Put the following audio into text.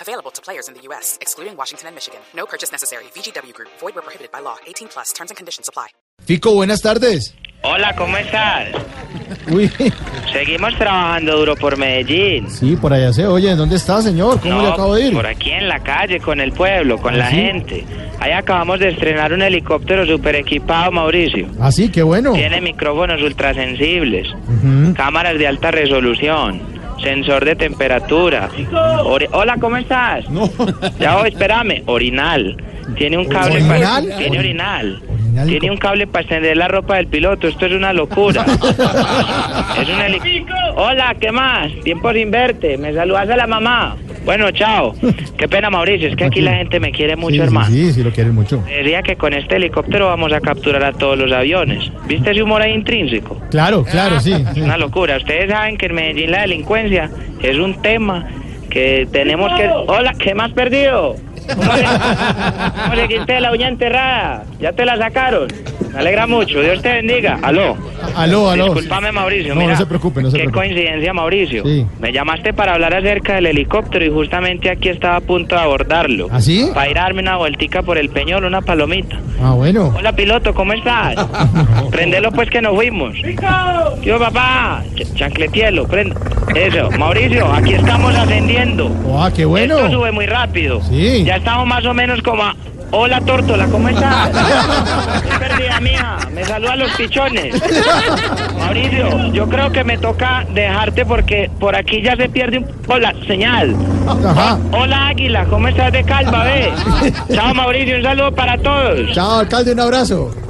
Available to players in the U.S., excluding Washington and Michigan. No purchase necessary. VGW Group, void were prohibited by law. 18 plus terms and conditions apply. Fico, buenas tardes. Hola, ¿cómo estás? Uy, Seguimos trabajando duro por Medellín. sí, por allá se oye. ¿Dónde está, señor? ¿Cómo le acabo de ir? ¿Ah, Por aquí en la calle, con el pueblo, con la sí? gente. Ahí acabamos de estrenar un helicóptero super equipado, Mauricio. Ah, sí, qué bueno. Tiene micrófonos ultrasensibles, cámaras de alta resolución, sensor de temperatura. Ori- Hola, ¿cómo estás? No. Ya voy, espérame. Orinal. Tiene un cable pa- ¿Orinal? Tiene orinal. Orinal y Tiene co- un cable para extender la ropa del piloto. Esto es una locura. es un heli- Hola, ¿qué más? Tiempo sin verte. Me saludas a la mamá. Bueno, chao. Qué pena, Mauricio. Es que aquí la gente me quiere mucho, Sí, sí, hermano. Sí, sí, lo quieren mucho. Decía que con este helicóptero vamos a capturar a todos los aviones. ¿Viste ese humor ahí intrínseco? Claro, claro, sí. sí. Una locura. Ustedes saben que en Medellín la delincuencia es un tema que tenemos que... Hola, ¿qué más perdido? ¿Cómo le- cómo le quité la uña enterrada? Ya te la sacaron. Me alegra mucho. Dios te bendiga. Aló. Aló, aló. Disculpame, Mauricio. No, mira, no se preocupe, no se qué preocupe. coincidencia, Mauricio. Sí. Me llamaste para hablar acerca del helicóptero y justamente aquí estaba a punto de abordarlo. ¿Ah, sí? Para ir a darme una vueltica por el peñol, una palomita. Ah, bueno. Hola, piloto, ¿cómo estás? Prendelo, pues, que nos fuimos. Yo, papá, ch- chancletielo, prenda. Eso, Mauricio, aquí estamos ascendiendo. Ah, qué Esto bueno. sube muy rápido. Sí. Ya estamos más o menos como a... Hola, tórtola, ¿cómo estás? Qué Perdida mía, me saludan los pichones. Mauricio, yo creo que me toca dejarte porque por aquí ya se pierde un... Hola, señal. Ajá. Hola, águila, ¿cómo estás de calva, ve? Chao, Mauricio, un saludo para todos. Chao, alcalde, un abrazo.